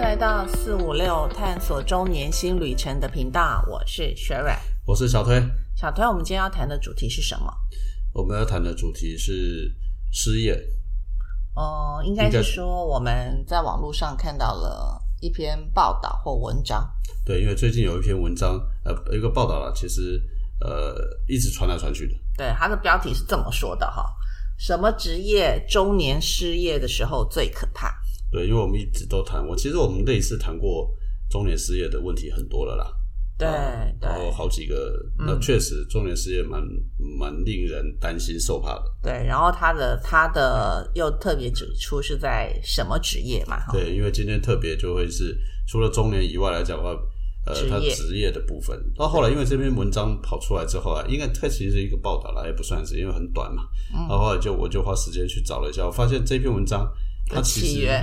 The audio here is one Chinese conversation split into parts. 来到四五六探索中年新旅程的频道，我是 Sharon。我是小推。小推，我们今天要谈的主题是什么？我们要谈的主题是失业，哦、应该应是该说我们在网络上看到了一篇报道或文章，对，因为最近有一篇文章，呃，有一个报道啦，其实呃一直传来传去的，对它的标题是这么说的哈：什么职业中年失业的时候最可怕？对，因为我们一直都谈，我其实我们类似谈过中年失业的问题很多了啦，对嗯对然后好几个，那、嗯确实中年失业蛮蛮令人担心受怕的，对，然后它的它的又特别指出是在什么职业嘛？哈，对，因为今天特别就会是除了中年以外来讲的话，呃职，业他职业的部分。到后来，因为这篇文章跑出来之后啊，应该它其实是一个报道啦，也不算是，因为很短嘛。嗯然后后来就我就花时间去找了一下，我发现这篇文章它的其起实源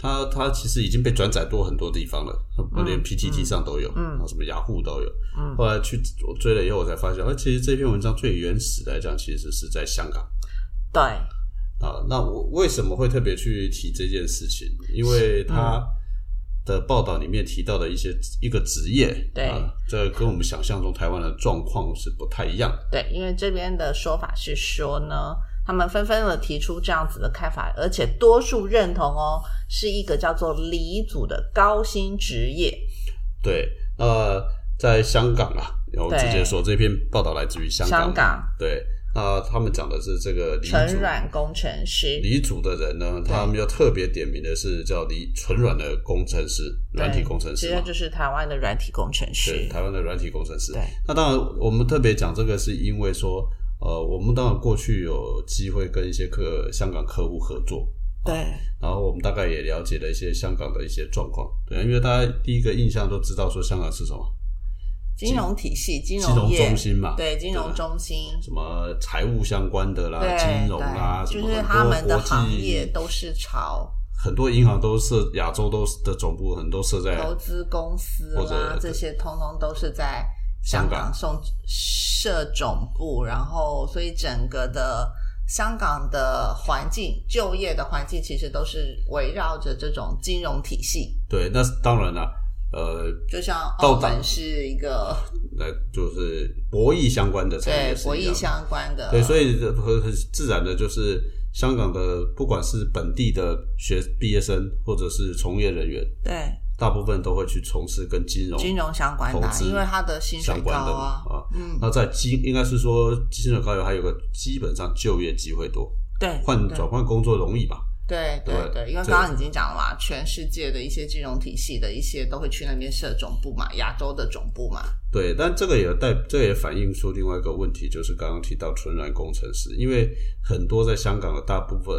它它其实已经被转载多很多地方了，嗯连 PTT 上都有，嗯然后什么雅虎都有。嗯后来去我追了以后，我才发现，哎，其实这篇文章最原始来讲，其实是在香港。对，啊，那我为什么会特别去提这件事情？因为他嗯的报道里面提到的一些一个职业，对啊，这跟我们想象中台湾的状况是不太一样的。对，因为这边的说法是说呢，他们纷纷的提出这样子的看法，而且多数认同哦，是一个叫做“黎族”的高薪职业。对，那、在香港啊，我对直接说这篇报道来自于香港。香港对，那、他们讲的是这个黎纯族软工程师，黎族的人呢，对他们又特别点名的是叫黎纯软的工程师，对软体工程其师实嘛，就是台湾的软体工程对，师。台湾的软体工程师。对，那当然，我们特别讲这个是因为说，呃，我们当然过去有机会跟一些客香港客户合作，对，然后我们大概也了解了一些香港的一些状况。对，因为大家第一个印象都知道说香港是什么金融体系、金金融业，中心嘛，对，金融吧中心，什么财务相关的啦，对，金融啦，对什就么是很他多们的国际行业都是朝很多银行都设亚洲都的总部，很多设在投资公司或啦者，这些通通都是在香香港港送设总部，然后所以整个的香港的环境、就业的环境，其实都是围绕着这种金融体系。对，那当然啦，呃，就像到澳门达是一个那就是博弈相关的产对业是一样博的，弈相关的，对，所以以很很自然的就是香港的，不管是本地的学毕业生或者是从业人员，对大部分都会去从事跟金融金融相关的啊投，资因为他的薪水相高关的嘛啊，啊。嗯，那在金应该是说金融高有还有个基本上就业机会多，对，换对转换工作容易吧？对对对吧对，因为这刚刚已经讲了嘛，全世界的一些金融体系的一些都会去那边设总部嘛，亚洲的总部嘛，对，但这个也带，这也反映出另外一个问题，就是刚刚提到纯然工程师，因为很多在香港的大部分，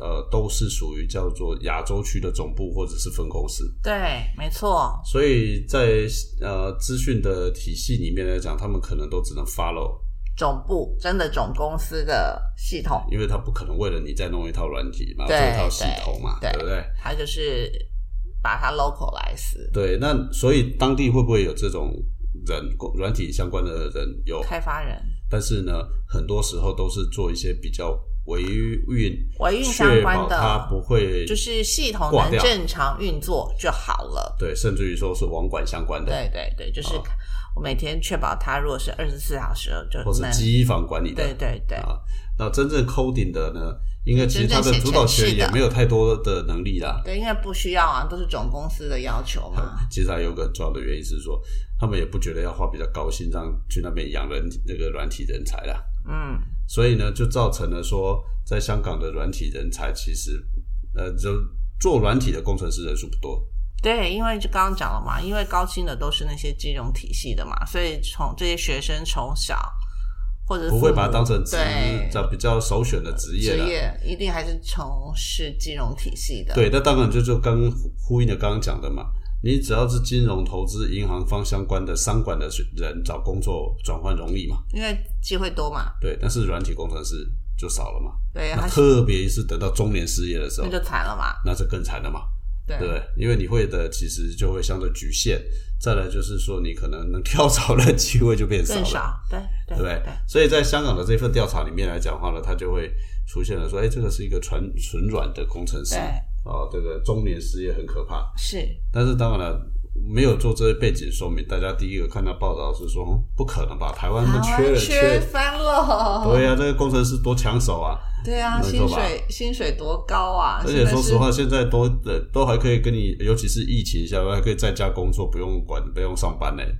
呃，都是属于叫做亚洲区的总部或者是分公司，对，没错，所以在呃资讯的体系里面来讲，他们可能都只能 follow，总部真的总公司的系统，因为他不可能为了你再弄一套软体嘛，做对一套系统嘛，对对不对？它就是把它 localize 对，那所以当地会不会有这种人工软体相关的人有？开发人，但是呢，很多时候都是做一些比较维运，维运相确关保它的，不会就是系统挂能掉正常运作就好了。对，甚至于说是网管相关的，对对对，就是哦我每天确保它如果是二十四小时就或哦是能，机房管理的，对对对，啊，那真正 coding 的呢，应该其实真正它的写主程导权序的也没有太多的能力啦。对，因为不需要啊，都是总公司的要求嘛。其实还有个很重要的原因是说，他们也不觉得要花比较高薪让去那边养人那个软体人才啦，嗯，所以呢，就造成了说，在香港的软体人才其实，呃，就做软体的工程师人数不多，对，因为就刚刚讲了嘛，因为高薪的都是那些金融体系的嘛，所以从这些学生从小或者是不会把父母它当成职对叫比较首选的职业职啦。业，一定还是从事金融体系的。对，那当然就就刚呼应的刚刚讲的嘛，你只要是金融、投资、银行方相关的商管的人找工作转换容易嘛，因为机会多嘛，对，但是软体工程师就少了嘛，对，那他特别是等到中年失业的时候那，就惨了嘛，那就更惨了嘛，对对不对？因为你会的其实就会相对局限，再来就是说你可能能跳槽的机会就变少更了，少，对对对不对？所以在香港的这份调查里面来讲的话呢，它就会出现了说，哎，这个是一个纯纯软的工程师，对啊，这个中年失业很可怕。是但是当然了，没有做这些背景说明，大家第一个看到报道是说，嗯不可能吧？台湾那么台缺湾人缺哦缺，翻了，对呀、啊这个工程师多抢手啊！对啊，没薪错吧水薪水多高啊！而且说实真的话，现在都呃都还可以跟你，尤其是疫情下，还可以在家工作，不用管，不用上班呢。是，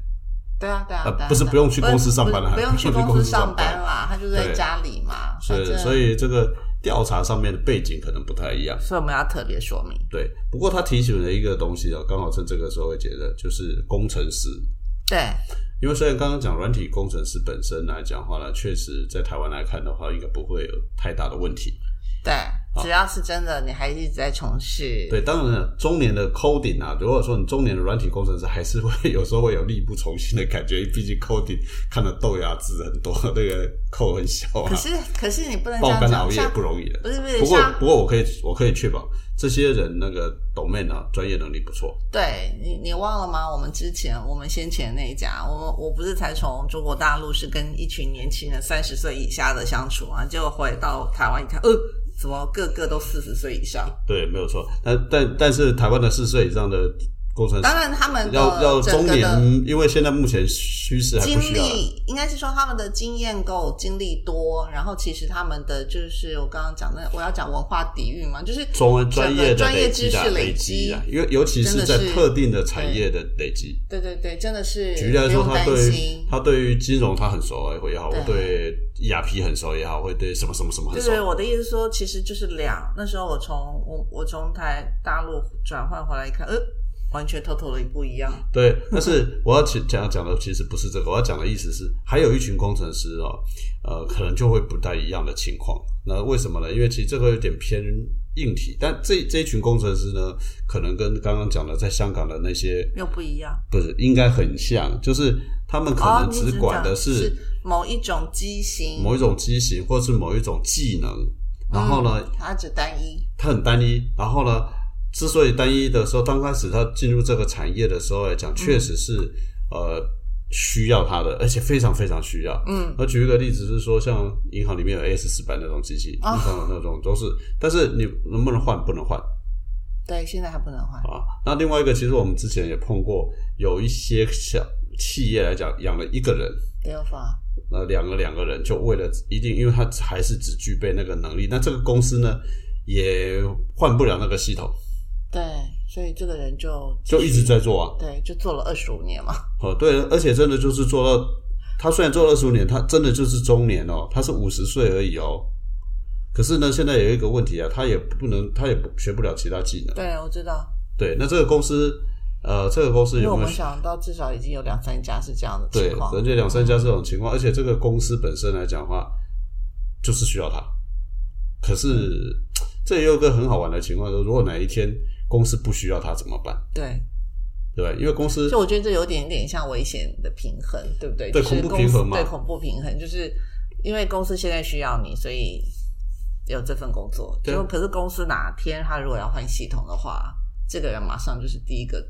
对啊对啊呃，对啊不是对啊不用去公司上班了不不不用去 不用去公司公司上上班啦，他就在对家里嘛。所以反正所以这个调查上面的背景可能不太一样。所以我们要特别说明，对，不过他提醒了一个东西啊，刚好趁这个时候会觉得，就是工程师。对因为虽然刚刚讲软体工程师本身来讲的话呢，确实在台湾来看的话，应该不会有太大的问题。对，好只要是真的，你还一直在从事，对，当然了，中年的 coding 啊，如果说你中年的软体工程师，还是会 有时候会有力不从心的感觉，毕竟 coding 看的豆芽字很多， 那个扣很小啊可，是可是你不能这爆样肝讲，熬夜像不容易的。不是不是不过像不过我可以我可以确保，这些人那个 domain 啊，专业能力不错。对你，你忘了吗？我们之前，我们先前那一家，我们我不是才从中国大陆是跟一群年轻人三十岁以下的相处啊，结果回到台湾一看，呃，怎么个个都四十岁以上？对，没有错。但但但是台湾的四十岁以上的工程师当然，他们的呃要要整中个的年，因为现在目前趋势还经不需要啦。历，应该是说他们的经验够，经历多，然后其实他们的就是我刚刚讲的，我要讲文化底蕴嘛，就是中文专整个业的专业累积知啊识累积啊，因为尤其真的是在是特定的产业的累积。对对对，真的是举例来不说，用他担对于心。他对于金融他很熟也好，我对对 ERP 很熟也好，会对什么什么什么很对熟对，。我的意思说，其实就是两。那时候我从我我从台大陆转换回来一看，呃，完全 totally 不一样。对，但是我要讲讲讲的其实不是这个，我要讲的意思是，还有一群工程师哦，呃，可能就会不太一样的情况。那为什么呢？因为其实这个有点偏硬体，但这这一群工程师呢，可能跟刚刚讲的在香港的那些又不一样。不是应该很像，就是他们可哦能，你只管的是讲某一种机型，某一种机型或是某一种技能，然后呢，嗯，它只单一。它很单一，然后呢，之所以单一的时候，刚开始他进入这个产业的时候来讲，确实是、呃需要它的，而且非常非常需要。嗯，我举一个例子是说，像银行里面有 AS 四百那种机器，银啊行的那种都是，但是你能不能换？不能换对，现在还不能换。啊。那另外一个，其实我们之前也碰过，有一些小企业来讲，养了一个人，没有法。呃，两个两个人就为了一定，因为他还是只具备那个能力，那这个公司呢也换不了那个系统，对，所以这个人就就一直在做啊。对，就做了二十五年 嘛。哦，对，而且真的就是做到，他虽然做二十五年，他真的就是中年哦，他是五十岁而已哦。可是呢，现在有一个问题啊，他也不能，他也不学不了其他技能。对，我知道，对，那这个公司，呃，这个公司因为有我没有们？想到至少已经有两三家是这样的对情，况而。且两三家这种情况，而且这个公司本身来讲的话，就是需要他。可是这也有个很好玩的情况，就是如果哪一天公司不需要他怎么办？对，对吧？因为公司就我觉得这有点点像危险的平衡，对不对？对就是恐怖公平衡司嘛对恐怖平衡，就是因为公司现在需要你，所以有这份工作。对就可是公司哪天他如果要换系统的话，这个人马上就是第一个。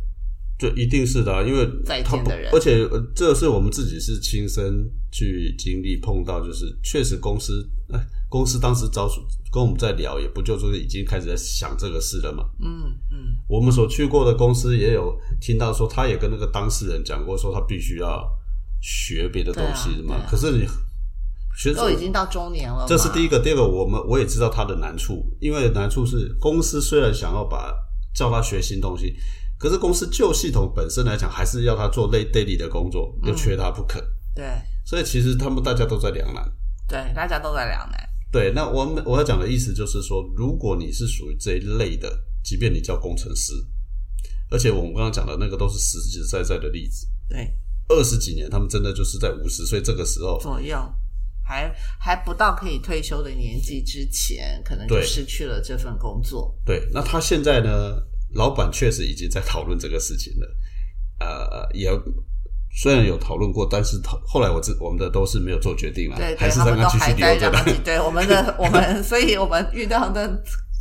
就一定是的啊、因为再他见不的人而且呃这是我们自己是亲身去经历碰到，就是确实公司，哎，公司当时招跟我们在聊，也不就就是已经开始在想这个事了嘛。嗯嗯，我们所去过的公司也有听到说，他也跟那个当事人讲过，说他必须要学别的东西的嘛。对啊对啊可是你其实都已经到中年了嘛，这是第一个个，第二个，我们我也知道他的难处，因为难处是公司虽然想要把叫他学新东西，可是公司旧系统本身来讲，还是要他做 day daily 的工作，又缺他不可，对所以其实他们大家都在两难。对，大家都在两难。对，那我们我要讲的意思就是说，如果你是属于这一类的，即便你叫工程师，而且我们刚刚讲的那个都是实实在在的例子，对，二十几年，他们真的就是在五十岁这个时候，左右，还还不到可以退休的年纪之前，可能就对失去了这份工作。对，那他现在呢，老板确实已经在讨论这个事情了，呃，也虽然有讨论过，但是讨后来我知我们的都是没有做决定了，对还对，是他让们都继还续在留着让他的，继对我们 的我们，所以我们遇到的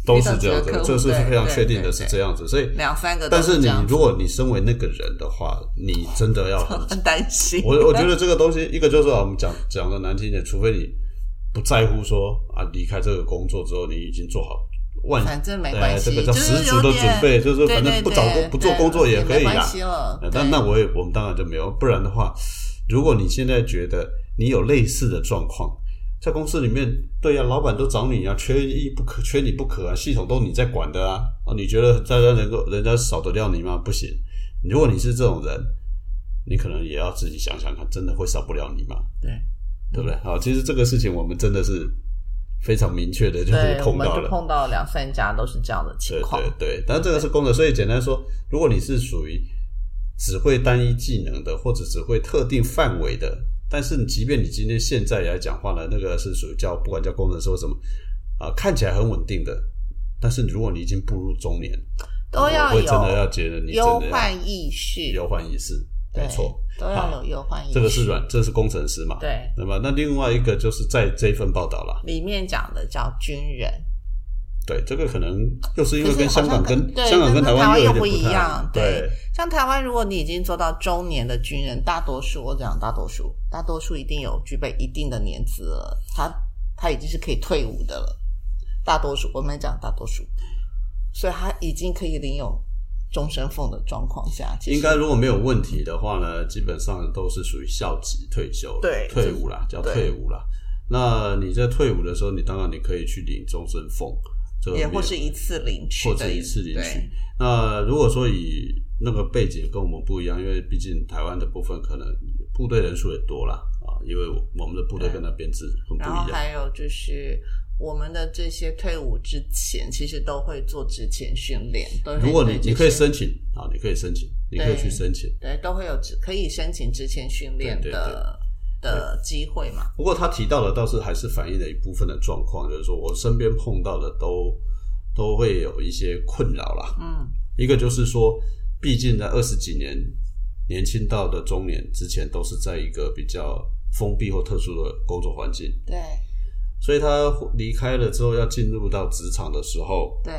都是这样遇到子，客户这是对非常对确定的对是对这样子，所以两三个都但是是这你样子如果你身为那个人的话，你真的 要很很担心。我我觉得这个东西，一个就是啊我们讲讲的难听一点，除非你不在乎说啊，离开这个工作之后，你已经做好万反正没关系呃这个叫就是十足的有点准备，就是反对正对不找对工不做对工作也可以没呀关系了呃对但那我也我们当然就没有，不然的话，如果你现在觉得你有类似的状况，在公司里面，对呀、老板都找你啊，缺一不可，缺你不可啊，系统都你在管的啊，啊，你觉得大家能够人家少得掉你吗？不行，如果你是这种人，你可能也要自己想想看，真的会少不了你吗？对，嗯对不对？好，其实这个事情我们真的是非常明确的，就是对，我碰们到就了。碰到两三家都是这样的情对况。对对，但这个是功能，所以简单说，如果你是属于只会单一技能的，或者只会特定范围的，但是你即便你今天现在来讲话呢，那个是属于叫不管叫工程师或什么啊、看起来很稳定的，但是如果你已经步入中年，都要我会有真的要觉得你真忧的要患意识，忧患意识，对没错，都要有忧患意识。这个是软，这是工程师嘛，对那么那另外一个就是在这一份报道啦，里面讲的叫军人，对，这个可能又是因可为是跟好香港像跟对香港跟跟台湾湾又有又点不一太样对对像台湾，如果你已经做到中年的军人，大多数我讲大多数，大多数一定有具备一定的年资了，他他已经是可以退伍的了，大多数我们讲大多数，所以他已经可以领有终身俸的状况下，其实应该如果没有问题的话呢，基本上都是属于校级退休了，对退伍啦，叫对退伍啦。那你在退伍的时候，你当然你可以去领终身俸，这个也没或有是一次领取或的，者一次领对取。那如果说以那个背景跟我们不一样，因为毕竟台湾的部分可能部队人数也多啦，啊，因为我们的部队对跟那编制很不然后一样，还有就是我们的这些退伍之前，其实都会做职前训练。都会如果你对这你可以些申请啊，你可以申请，你可以去对申请。对，都会有职可以申请职前训练对对的的机会嘛？不过他提到的倒是还是反映了一部分的状况，就是说我身边碰到的都都会有一些困扰啦。嗯，一个就是说，毕竟在二十几年年轻到的中年之前，都是在一个比较封闭或特殊的工作环境，对所以他离开了之后要进入到职场的时候，对，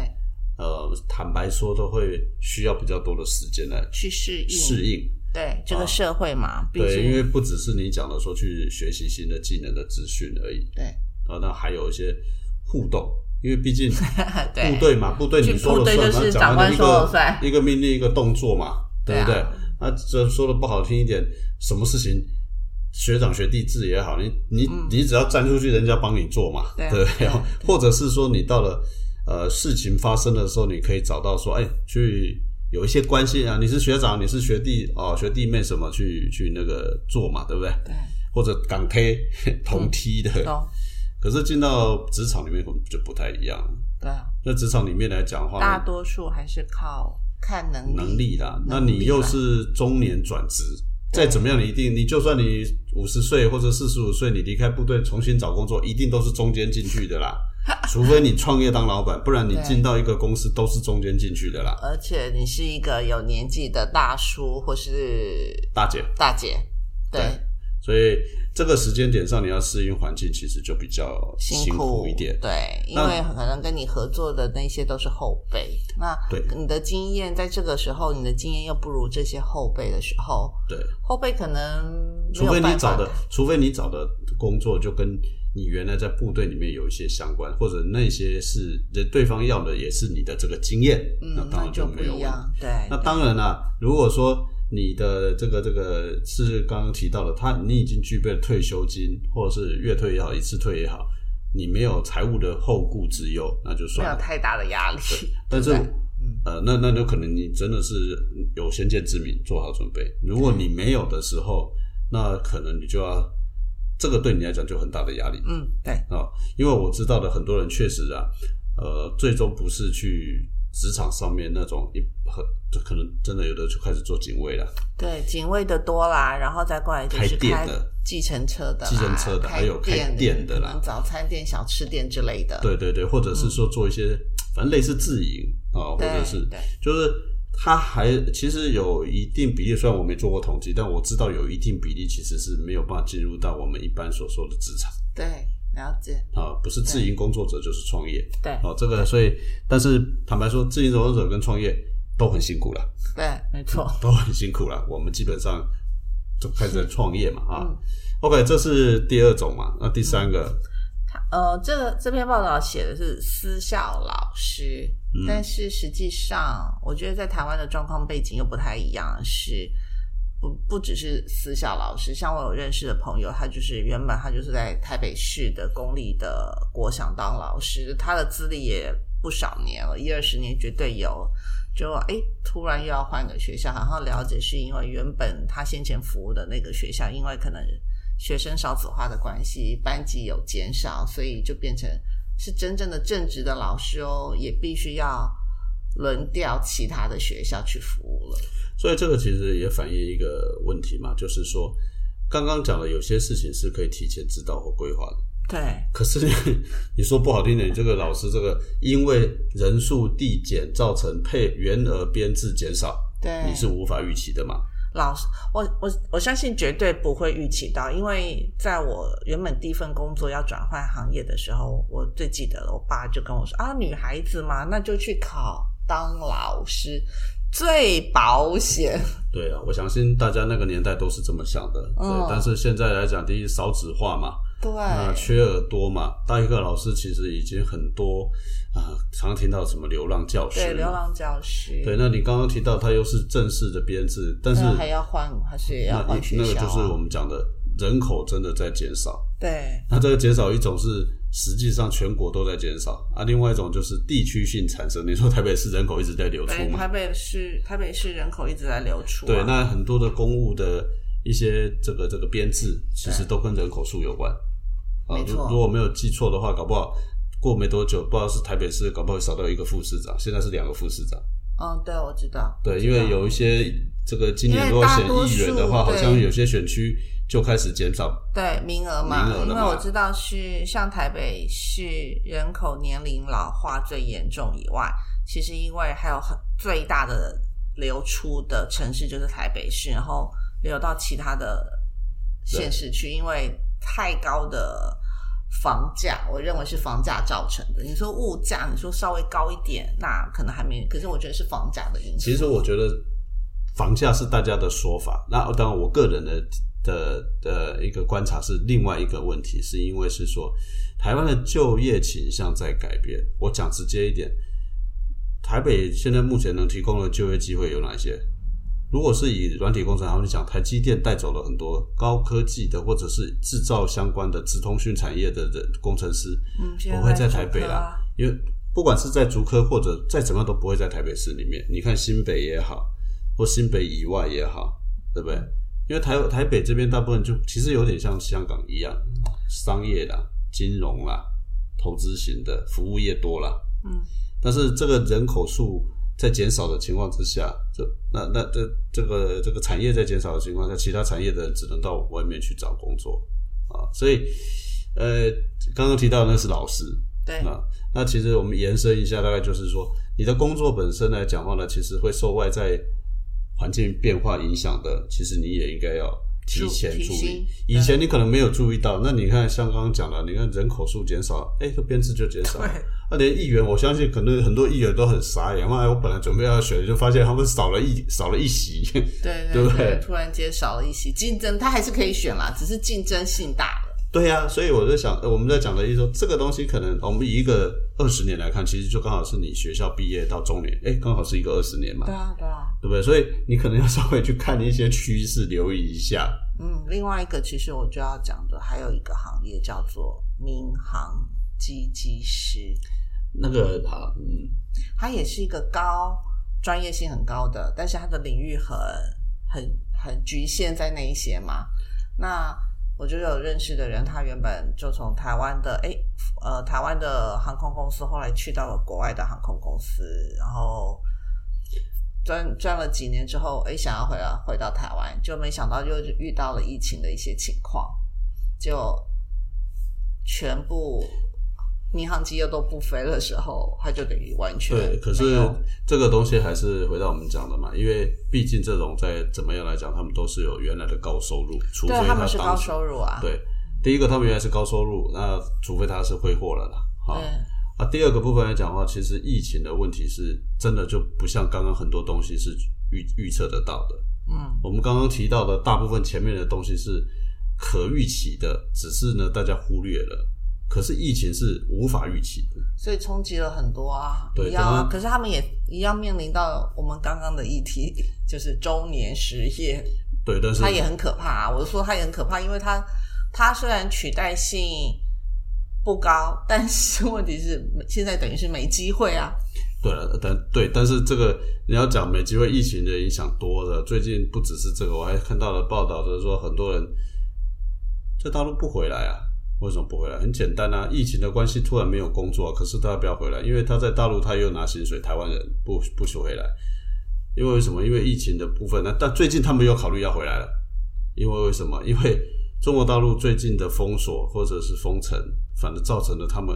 呃，坦白说都会需要比较多的时间来去适应适应。啊对这个社会嘛，毕对，竟因为不只是你讲的说去学习新的技能的资讯而已，对啊，那还有一些互动，因为毕竟部 对队嘛，部队去你说部了队算嘛，就是讲长完官了一说了个算一个命令一个动作嘛，对不对对啊？那这说的不好听一点，什么事情学长学弟制也好，你你嗯你只要站出去，人家帮你做嘛，对啊对不对对啊？或者是说你到了呃事情发生的时候，你可以找到说，哎，去。有一些关系啊，你是学长，你是学弟哦，学弟妹什么去去那个做嘛，对不对？对，嗯或者港推同梯的，都可是进到职场里面可能就不太一样了。对啊，那职场里面来讲的话，大多数还是靠看能力，能力啦，那能力你又吧是中年转职，对再怎么样，你一定，你就算你五十岁或者四十五岁，你离开部队重新找工作，一定都是中间进去的 啦。除非你创业当老板，不然你对进到一个公司都是中间进去的啦。而且你是一个有年纪的大叔或是大姐，大姐，对对所以这个时间点上，你要适应环境，其实就比较辛苦苦一点。对，因那为可能跟你合作的那些都是后辈，那对你的经验在这个时候，你的经验又不如这些后辈的时候，对，后辈可能没除有非你办找法的，除非你找的工作就跟你原来在部队里面有一些相关，或者那些是人对方要的也是你的这个经验，嗯，那那当然就不没有一问题。样，对，那对当然啦、如果说你的这个这个是刚刚提到的，他你已经具备了退休金，或者是月退也好，一次退也好，你没有财务的后顾之忧，那就没算有了。太大的压力，但是对不对 嗯，呃，那那有可能你真的是有先见之明，做好准备。如果你没有的时候，那可能你就要这个对你来讲就很大的压力嗯，对，啊、因为我知道的很多人确实啊，呃，最终不是去职场上面那种一很，就可能真的有的就开始做警卫了，对，警卫的多啦，然后再过来就开是店开的计程车的啦，计程车的还有开店的啦可能早餐店、小吃店之类的，对对对，或者是说做一些、反正类似自营啊、或嗯对，者是对，就是它还其实有一定比例，虽然我没做过统计，但我知道有一定比例其实是没有办法进入到我们一般所说的职场对，了解，啊，不是自营工作者就是创业对，哦、这个所以，但是坦白说，自营工作者跟创业都很辛苦了，对，没错，都很辛苦了。我们基本上就开始创业嘛啊、嗯 OK，这是第二种嘛，那第三个、他呃，这个这篇报道写的是私校老师，嗯但是实际上，我觉得在台湾的状况背景又不太一样，是不不只是私校老师，像我有认识的朋友，他就是原本他就是在台北市的公立的国小当老师，他的资历也不少年了，一二十年绝对有。就哎，突然又要换个学校，然后了解是因为原本他先前服务的那个学校，因为可能学生少子化的关系，班级有减少，所以就变成是真正的正职的老师哦，也必须要轮调其他的学校去服务了。所以这个其实也反映一个问题嘛，就是说刚刚讲的有些事情是可以提前知道或规划的。对，可是你你说不好听点，你这个老师这个因为人数递减造成配员额编制减少，对，你是无法预期的嘛？老师，我我我相信绝对不会预期到，因为在我原本第一份工作要转换行业的时候，我最记得了，我爸就跟我说啊，女孩子嘛，那就去考当老师最保险。对啊，我相信大家那个年代都是这么想的。对，嗯但是现在来讲，第一少子化嘛，对，那缺额多嘛，大一个老师其实已经很多啊、常听到什么流浪教师，对，流浪教师，对，那你刚刚提到他又是正式的编制，但是那还要换，还是也那要换学那校、啊个就是我们讲的人口真的在减少。对那这个减少一种是实际上全国都在减少啊，另外一种就是地区性产生。你说台北市人口一直在流出对，嘛台？北市台北市人口一直在流出、啊，对，那很多的公务的一些这个这个编制，其实都跟人口数有关。啊没，如错如果没有记错的话，搞不好过没多久，不知道是台北市，搞不好会少掉一个副市长，现在是两个副市长。嗯，对，我知道，对，我知因为道有一些这个今年因为如果大选多议员的数话，好对像有些选区就开始减少。对名额嘛，名额了因嘛为我知道是像台北市人口年龄老化最严重以外，其实因为还有很最大的流出的城市就是台北市，然后流到其他的县市去，因为太高的房价，我认为是房价造成的。你说物价，你说稍微高一点，那可能还没，可是我觉得是房价的因素。其实我觉得房价是大家的说法，那当然我个人的的的一个观察是另外一个问题，是因为是说台湾的就业倾向在改变。我讲直接一点，台北现在目前能提供的就业机会有哪些？如果是以软体工程行业讲，台积电带走了很多高科技的或者是制造相关的、直通讯产业的人工程师，嗯，不会在台北啊啦，因为不管是在竹科或者再怎么样都不会在台北市里面。你看新北也好，或新北以外也好，对不对？因为台台北这边大部分就其实有点像香港一样，商业啦、金融啦、投资型的服务业多啦。嗯，但是这个人口数在减少的情况之下，这那那这这个这个产业在减少的情况下，其他产业的人只能到外面去找工作啊。所以，呃，刚刚提到的那是老师，对，啊，那其实我们延伸一下，大概就是说，你的工作本身来讲话呢，其实会受外在环境变化影响的，其实你也应该要提注前提注醒意。以前你可能没有注意到，那你看像刚刚讲的，你看人口数减少，哎，这编制就减少了。对，那连议员，我相信可能很多议员都很傻眼，妈，我本来准备要选，就发现他们少了一少了一席。 对对对不对突然间少了一席竞争，他还是可以选啦，只是竞争性大了。对呀、所以我就想，呃我们在讲的意思说，这个东西可能我们以一个二十年来看，其实就刚好是你学校毕业到中年，哎，刚好是一个二十年嘛，啊，对啊。对不对？所以你可能要稍微去看一些趋势，留意一下。嗯，另外一个其实我就要讲的还有一个行业叫做民航机机师，那个啊，嗯，它也是一个高专业性很高的，但是它的领域很很很局限在那一些嘛。那我就有认识的人，他原本就从台湾的哎呃台湾的航空公司，后来去到了国外的航空公司，然后赚赚了几年之后，哎想要回到回到台湾，就没想到又遇到了疫情的一些情况，就全部民航机又都不飞的时候，他就等于完全对。可没是有这个东西还是回到我们讲的嘛，因为毕竟这种在怎么样来讲，他们都是有原来的高收入，除非对他们当是时高收入啊，对，第一个他们原来是高收入，那除非他是挥霍了啦。好，对啊，第二个部分来讲的话，其实疫情的问题是真的就不像刚刚很多东西是预预测得到的。嗯，我们刚刚提到的大部分前面的东西是可预期的，只是呢大家忽略了。可是疫情是无法预期的。所以冲击了很多啊，对一样啊当。然可是他们也一样面临到我们刚刚的议题， 就是中年失业，对，但是它也很可怕、啊。我说它也很可怕，因为它它虽然取代性不高，但是问题是现在等于是没机会啊。对了，但对，但是这个你要讲美机会疫情的影响多了。最近不只是这个，我还看到了报道，就是说很多人在大陆不回来啊。为什么不回来？很简单啊，疫情的关系突然没有工作、啊可是他不要回来，因为他在大陆他又拿薪水，台湾人不不许回来，因为为什么？因为疫情的部分呢？但最近他们又考虑要回来了，因为为什么？因为中国大陆最近的封锁或者是封城，反而造成了他们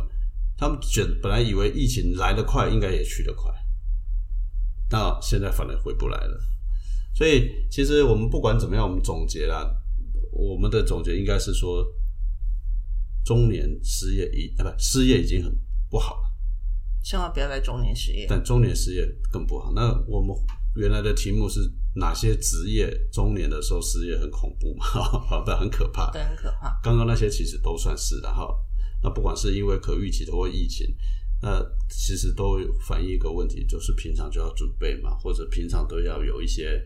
他们觉得本来以为疫情来得快，应该也去得快，那现在反而回不来了。所以其实我们不管怎么样，我们总结啦，我们的总结应该是说，中年失业已啊不失业已经很不好了，千万不要在中年失业。但中年失业更不好。那我们原来的题目是哪些职业中年的时候失业很恐怖嘛？ 好的，很可怕。对，很可怕。刚刚那些其实都算是的哈。那不管是因为可预期的或疫情，那其实都反映一个问题，就是平常就要准备嘛，或者平常都要有一些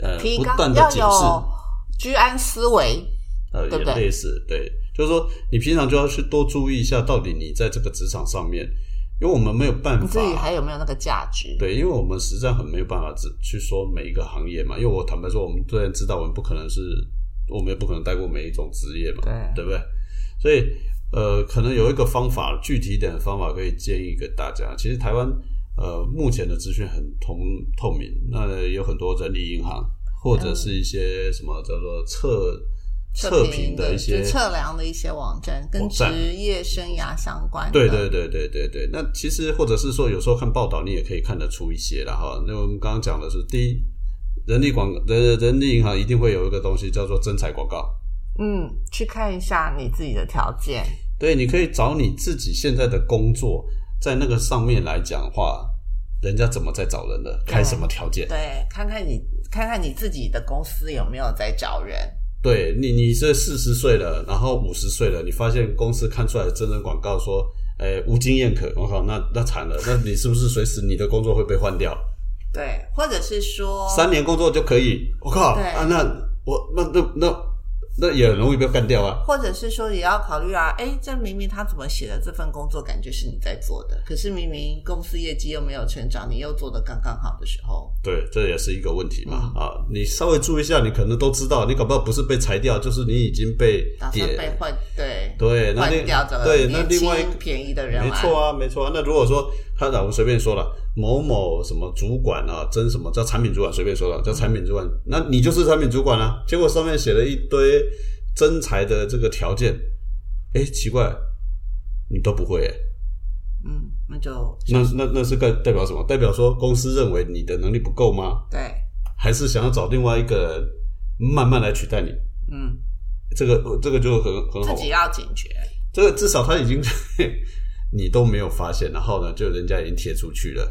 呃提不高断的要解有释，居安思危，呃，对也不对类似对，就是说你平常就要去多注意一下，到底你在这个职场上面，因为我们没有办你自己法。还有没有那个价值？对，因为我们实在很没有办法只去说每一个行业嘛，因为我坦白说，我们虽然知道我们不可能是，我们也不可能待过每一种职业嘛，对对不对？所以呃，可能有一个方法，具体一点的方法可以建议给大家。其实台湾呃目前的资讯很通透明，那有很多人力银行或者是一些什么叫做测测评的一些就测量的一些网站，跟网站职业生涯相关的。对对对对对对，那其实或者是说，有时候看报道你也可以看得出一些了哈。那我们刚刚讲的是，第一，人力广人人力银行一定会有一个东西叫做征才广告，嗯，去看一下你自己的条件。对，你可以找你自己现在的工作，在那个上面来讲话，人家怎么在找人的，开什么条件。对，看看你看看你自己的公司有没有在找人。对你，你是四十岁了，然后五十岁了，你发现公司看出来的真人广告说，哎，无经验可，我靠，那那惨了，那你是不是随时你的工作会被换掉？对，或者是说，三年工作就可以，我靠对啊！那我那那那那也很容易被干掉啊。或者是说也要考虑啊，哎，这明明他怎么写的这份工作，感觉是你在做的，可是明明公司业绩又没有成长，你又做的刚刚好的时候，对，这也是一个问题嘛、啊！你稍微注意一下，你可能都知道，你搞不好不是被裁掉，就是你已经被打算点被换对对，那换另掉这个对那年另外一轻个便宜的人来，没错啊，没错啊。那如果说他我们随便说了某某什么主管啊，真什么叫产品主管，随便说嗯了叫产品主管，那你就是产品主管啊。结果上面写了一堆真才的这个条件，哎，奇怪，你都不会哎、嗯，那就那那那是代代表什么？代表说公司认为你的能力不够吗？对，还是想要找另外一个人慢慢来取代你？嗯，这个这个就很很好自玩己。要警觉，这个至少他已经 你都没有发现，然后呢，就人家已经贴出去了。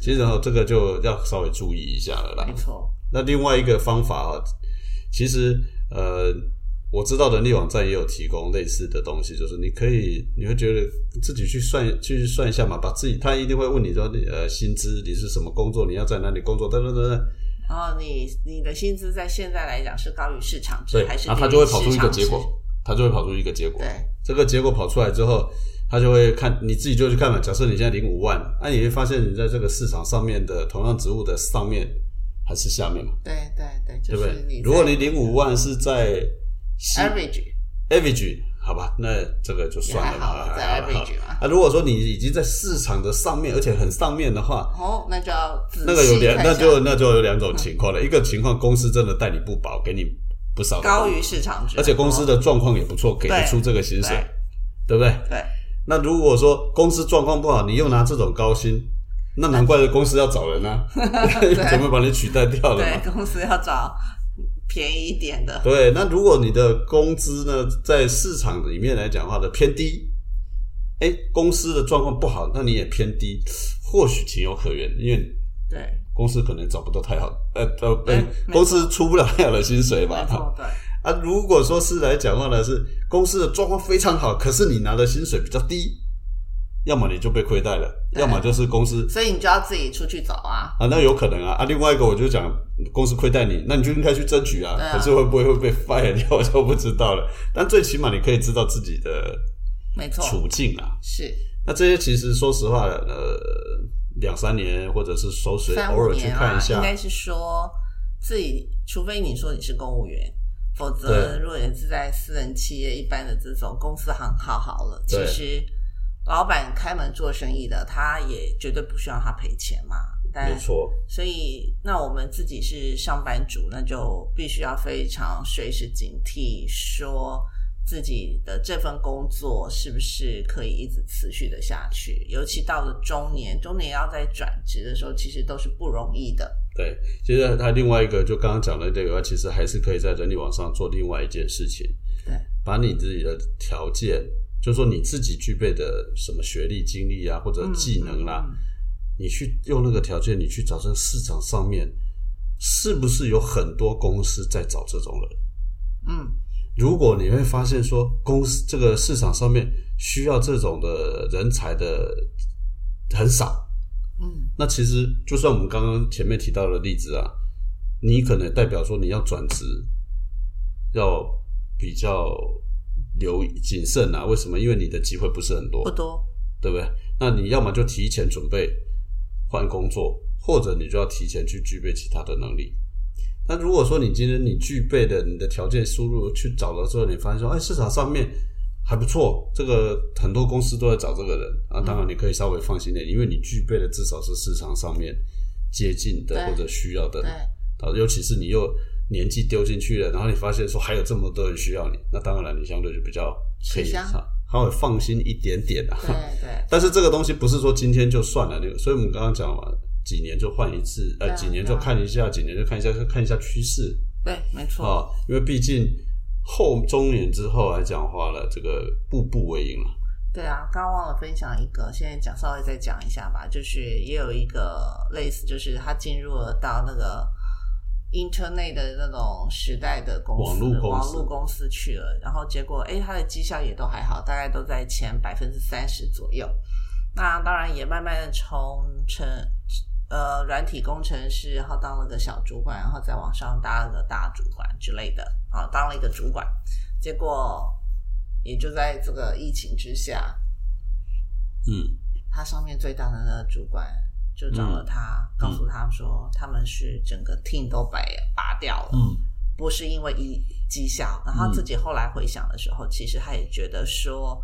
其实然后这个就要稍微注意一下了啦没。错，那另外一个方法啊，其实呃，我知道人力网站也有提供类似的东西，就是你可以你会觉得自己去算去算一下嘛，把自己他一定会问你说你呃薪资你是什么工作，你要在哪里工作，等等等等，然后你你的薪资在现在来讲是高于市场值对还，是然后他低于就会跑出市一个场结值果，，他就会跑出一个结果，对，这个结果跑出来之后，他就会看你自己就去看嘛。假设你现在领五万，那、你会发现你在这个市场上面的同样职务的上面还是下面嘛，对对对，就对不是对？你如果在你领五万是在西 average average，好吧，那这个就也算还了好，吧，在还好啦 average 嘛。啊，如果说你已经在市场的上面，而且很上面的话，哦，那就要仔细那个有两，看一嗯那下就那就有两种情况了。一个情况，公司真的待你不薄，给你不少的高工于市场值，而且公司的状况也不错，给得出这个薪水，对不对？对那如果说公司状况不好，你又拿这种高薪，那难怪公司要找人 啊， 准备把你取代掉了嘛。对，公司要找便宜一点的，对，那如果你的工资呢，在市场里面来讲的话的偏低，哎，公司的状况不好，那你也偏低，或许情有可原，因为对，公司可能找不到太好，呃呃，对哎没错公司出不了太好的薪水没吧。错，对，啊，如果说是来讲话呢，是公司的状况非常好，可是你拿的薪水比较低，要么你就被亏待了，对要么就是公司所以你就要自己出去找啊。啊，那有可能啊啊。另外一个我就讲公司亏待你，那你就应该去争取啊。对啊可是会不会会被 fire 掉，我就不知道了。但最起码你可以知道自己的没错，处境啊。是那这些其实说实话，呃，两三年或者是手水三偶五尔去年看啊一，下应，该是说自己，除非你说你是公务员，否则对如果你是在私人企业一般的这种公司行号好了，其对实老板开门做生意的，他也绝对不需要他赔钱嘛。但没错，所以，那我们自己是上班族，那就必须要非常随时警惕，说自己的这份工作是不是可以一直持续的下去。尤其到了中年，中年要在转职的时候，其实都是不容易的。对。其实他另外一个就刚刚讲的这个，其实还是可以在人力网上做另外一件事情，对，把你自己的条件，就是说你自己具备的什么学历、经历啊，或者技能啦、嗯嗯你去用那个条件，你去找这市场上面，是不是有很多公司在找这种人？嗯，如果你会发现说，公司这个市场上面需要这种的人才的很少，嗯，那其实就算我们刚刚前面提到的例子啊，你可能代表说你要转职，要比较留意谨慎啊。为什么？因为你的机会不是很多，不多，对不对？那你要么就提前准备换工作，或者你就要提前去具备其他的能力。那如果说你今天你具备的你的条件输入去找了之后，你发现说，哎，市场上面还不错，这个很多公司都在找这个人嗯啊。当然，你可以稍微放心点，因为你具备的至少是市场上面接近的对或者需要的对，啊，尤其是你又年纪丢进去了，然后你发现说还有这么多人需要你，那当然你相对就比较可以吃香稍微放心一点点啊。对对，但是这个东西不是说今天就算了，那个，所以我们刚刚讲嘛，几年就换一次，对呃，啊几年对就啊看一下，几年就看一下，看一下趋势对，没错，啊，因为毕竟后中年之后来讲话了，这个步步为营了，对啊，刚刚忘了分享一个，现在讲稍微再讲一下吧，就是也有一个类似，就是他进入了到那个 internet 的那种时代的公司，网络公司网络公司去了，然后结果哎，他的绩效也都还好，大概都在前百分之三十左右。那当然也慢慢的从成呃软体工程师，然后当了个小主管，然后再往上当了个大主管之类的，啊，当了一个主管，结果也就在这个疫情之下，嗯，他上面最大的那个主管就找了嗯他，告诉他说他们是整个 team 都被拔掉了，嗯，不是因为一绩效。然后自己后来回想的时候，其实他也觉得说，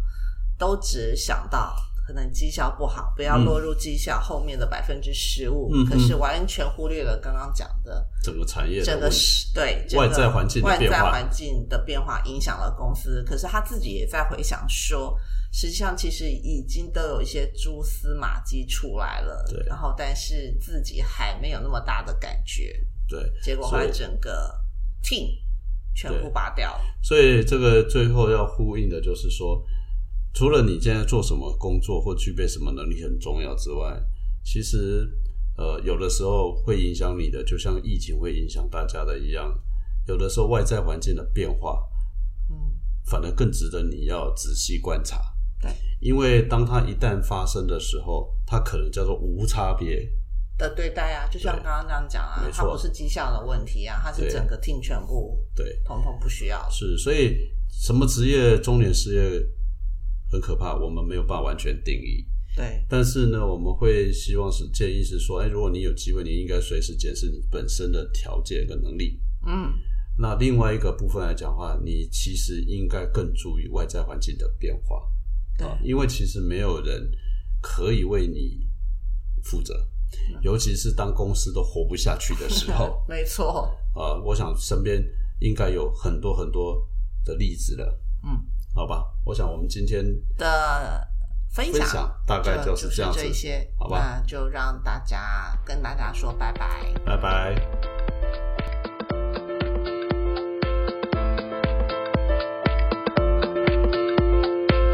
都只想到可能绩效不好，不要嗯落入绩效后面的百分之十五嗯，嗯可是完全忽略了刚刚讲的整个产业的整个问题是对整个外在环境的外变在化环境的变化影响了公司，可是他自己也在回想说，实际上其实已经都有一些蛛丝马迹出来了，对然后但是自己还没有那么大的感觉，对，结果后来所以整个 team 全部对拔掉了，所以这个最后要呼应的就是说，除了你现在做什么工作或具备什么能力很重要之外，其实呃有的时候会影响你的，就像疫情会影响大家的一样，有的时候外在环境的变化，嗯，反而更值得你要仔细观察。对，因为当它一旦发生的时候，它可能叫做无差别。的对待啊，就像对刚刚这样讲啊没，它错不是绩效的问题啊，它是对整个 team 全部对，统统不需要了，是，所以什么职业中年失业很可怕，我们没有办法完全定义。对但是呢，我们会希望是建议是说，哎，如果你有机会，你应该随时检视你本身的条件跟能力。嗯，那另外一个部分来讲的话，你其实应该更注意外在环境的变化，对，，啊，因为其实没有人可以为你负责，尤其是当公司都活不下去的时 候没错，啊，我想身边应该有很多很多的例子了，嗯。好吧？我想我们今天的分分享，享大概就就是这样子这，些，好吧那就让大家跟大家说拜拜。拜拜。